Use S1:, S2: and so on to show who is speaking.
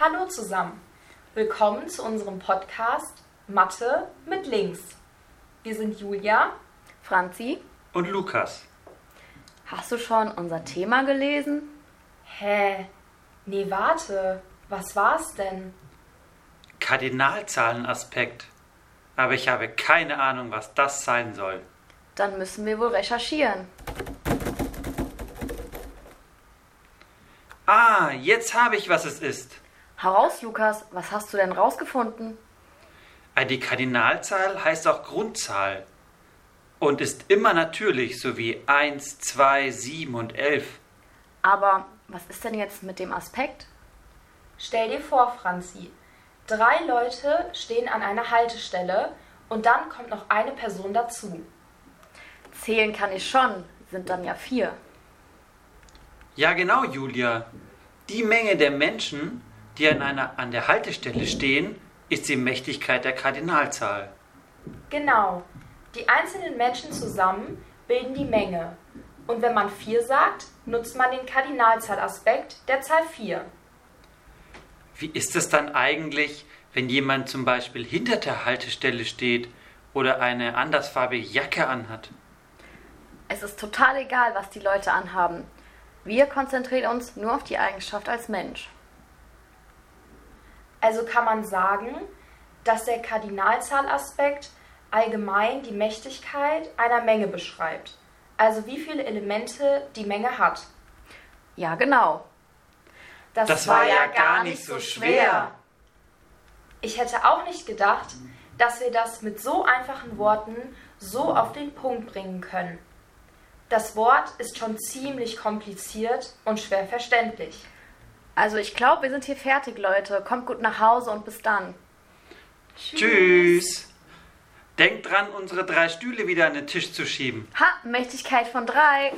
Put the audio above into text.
S1: Hallo zusammen. Willkommen zu unserem Podcast Mathe mit Links. Wir sind Julia.
S2: Franzi,
S3: und Lukas.
S2: hast du schon unser Thema gelesen?
S1: Hä? Nee, warte. Was war's denn?
S3: Kardinalzahlenaspekt. Aber ich habe keine Ahnung, was das sein soll.
S2: Dann müssen wir wohl recherchieren.
S3: Ah, jetzt habe ich, was es ist.
S2: Heraus, Lukas, was hast du denn rausgefunden?
S3: Ah, Die Kardinalzahl heißt auch Grundzahl und ist immer natürlich, so wie 1, 2, 7 und 11.
S2: Aber was ist denn jetzt mit dem Aspekt?
S1: Stell dir vor, Franzi. Drei Leute stehen an einer Haltestelle und dann kommt noch eine Person dazu.
S2: Zählen kann ich schon, sind dann ja vier.
S3: Ja, genau, Julia. Die Menge der Menschen, die an, einer, an der Haltestelle stehen, ist die Mächtigkeit der Kardinalzahl.
S1: Genau. Die einzelnen Menschen zusammen bilden die Menge. Und wenn man 4 sagt, nutzt man den Kardinalzahlaspekt der Zahl 4.
S3: Wie ist es dann eigentlich, wenn jemand zum Beispiel hinter der Haltestelle steht oder eine andersfarbige Jacke anhat?
S2: Es ist total egal, was die Leute anhaben. Wir konzentrieren uns nur auf die Eigenschaft als Mensch.
S1: Also kann man sagen, dass der Kardinalzahlaspekt allgemein die Mächtigkeit einer Menge beschreibt, also wie viele Elemente die Menge hat.
S2: Ja, genau.
S3: Das war ja gar nicht so schwer.
S1: Ich hätte auch nicht gedacht, dass wir das mit so einfachen Worten so auf den Punkt bringen können. Das Wort ist schon ziemlich kompliziert und schwer verständlich.
S2: Also ich glaube, wir sind hier fertig, Leute. Kommt gut nach Hause und bis dann.
S3: Tschüss! Denkt dran, unsere drei Stühle wieder an den Tisch zu schieben.
S2: Ha, Mächtigkeit von drei.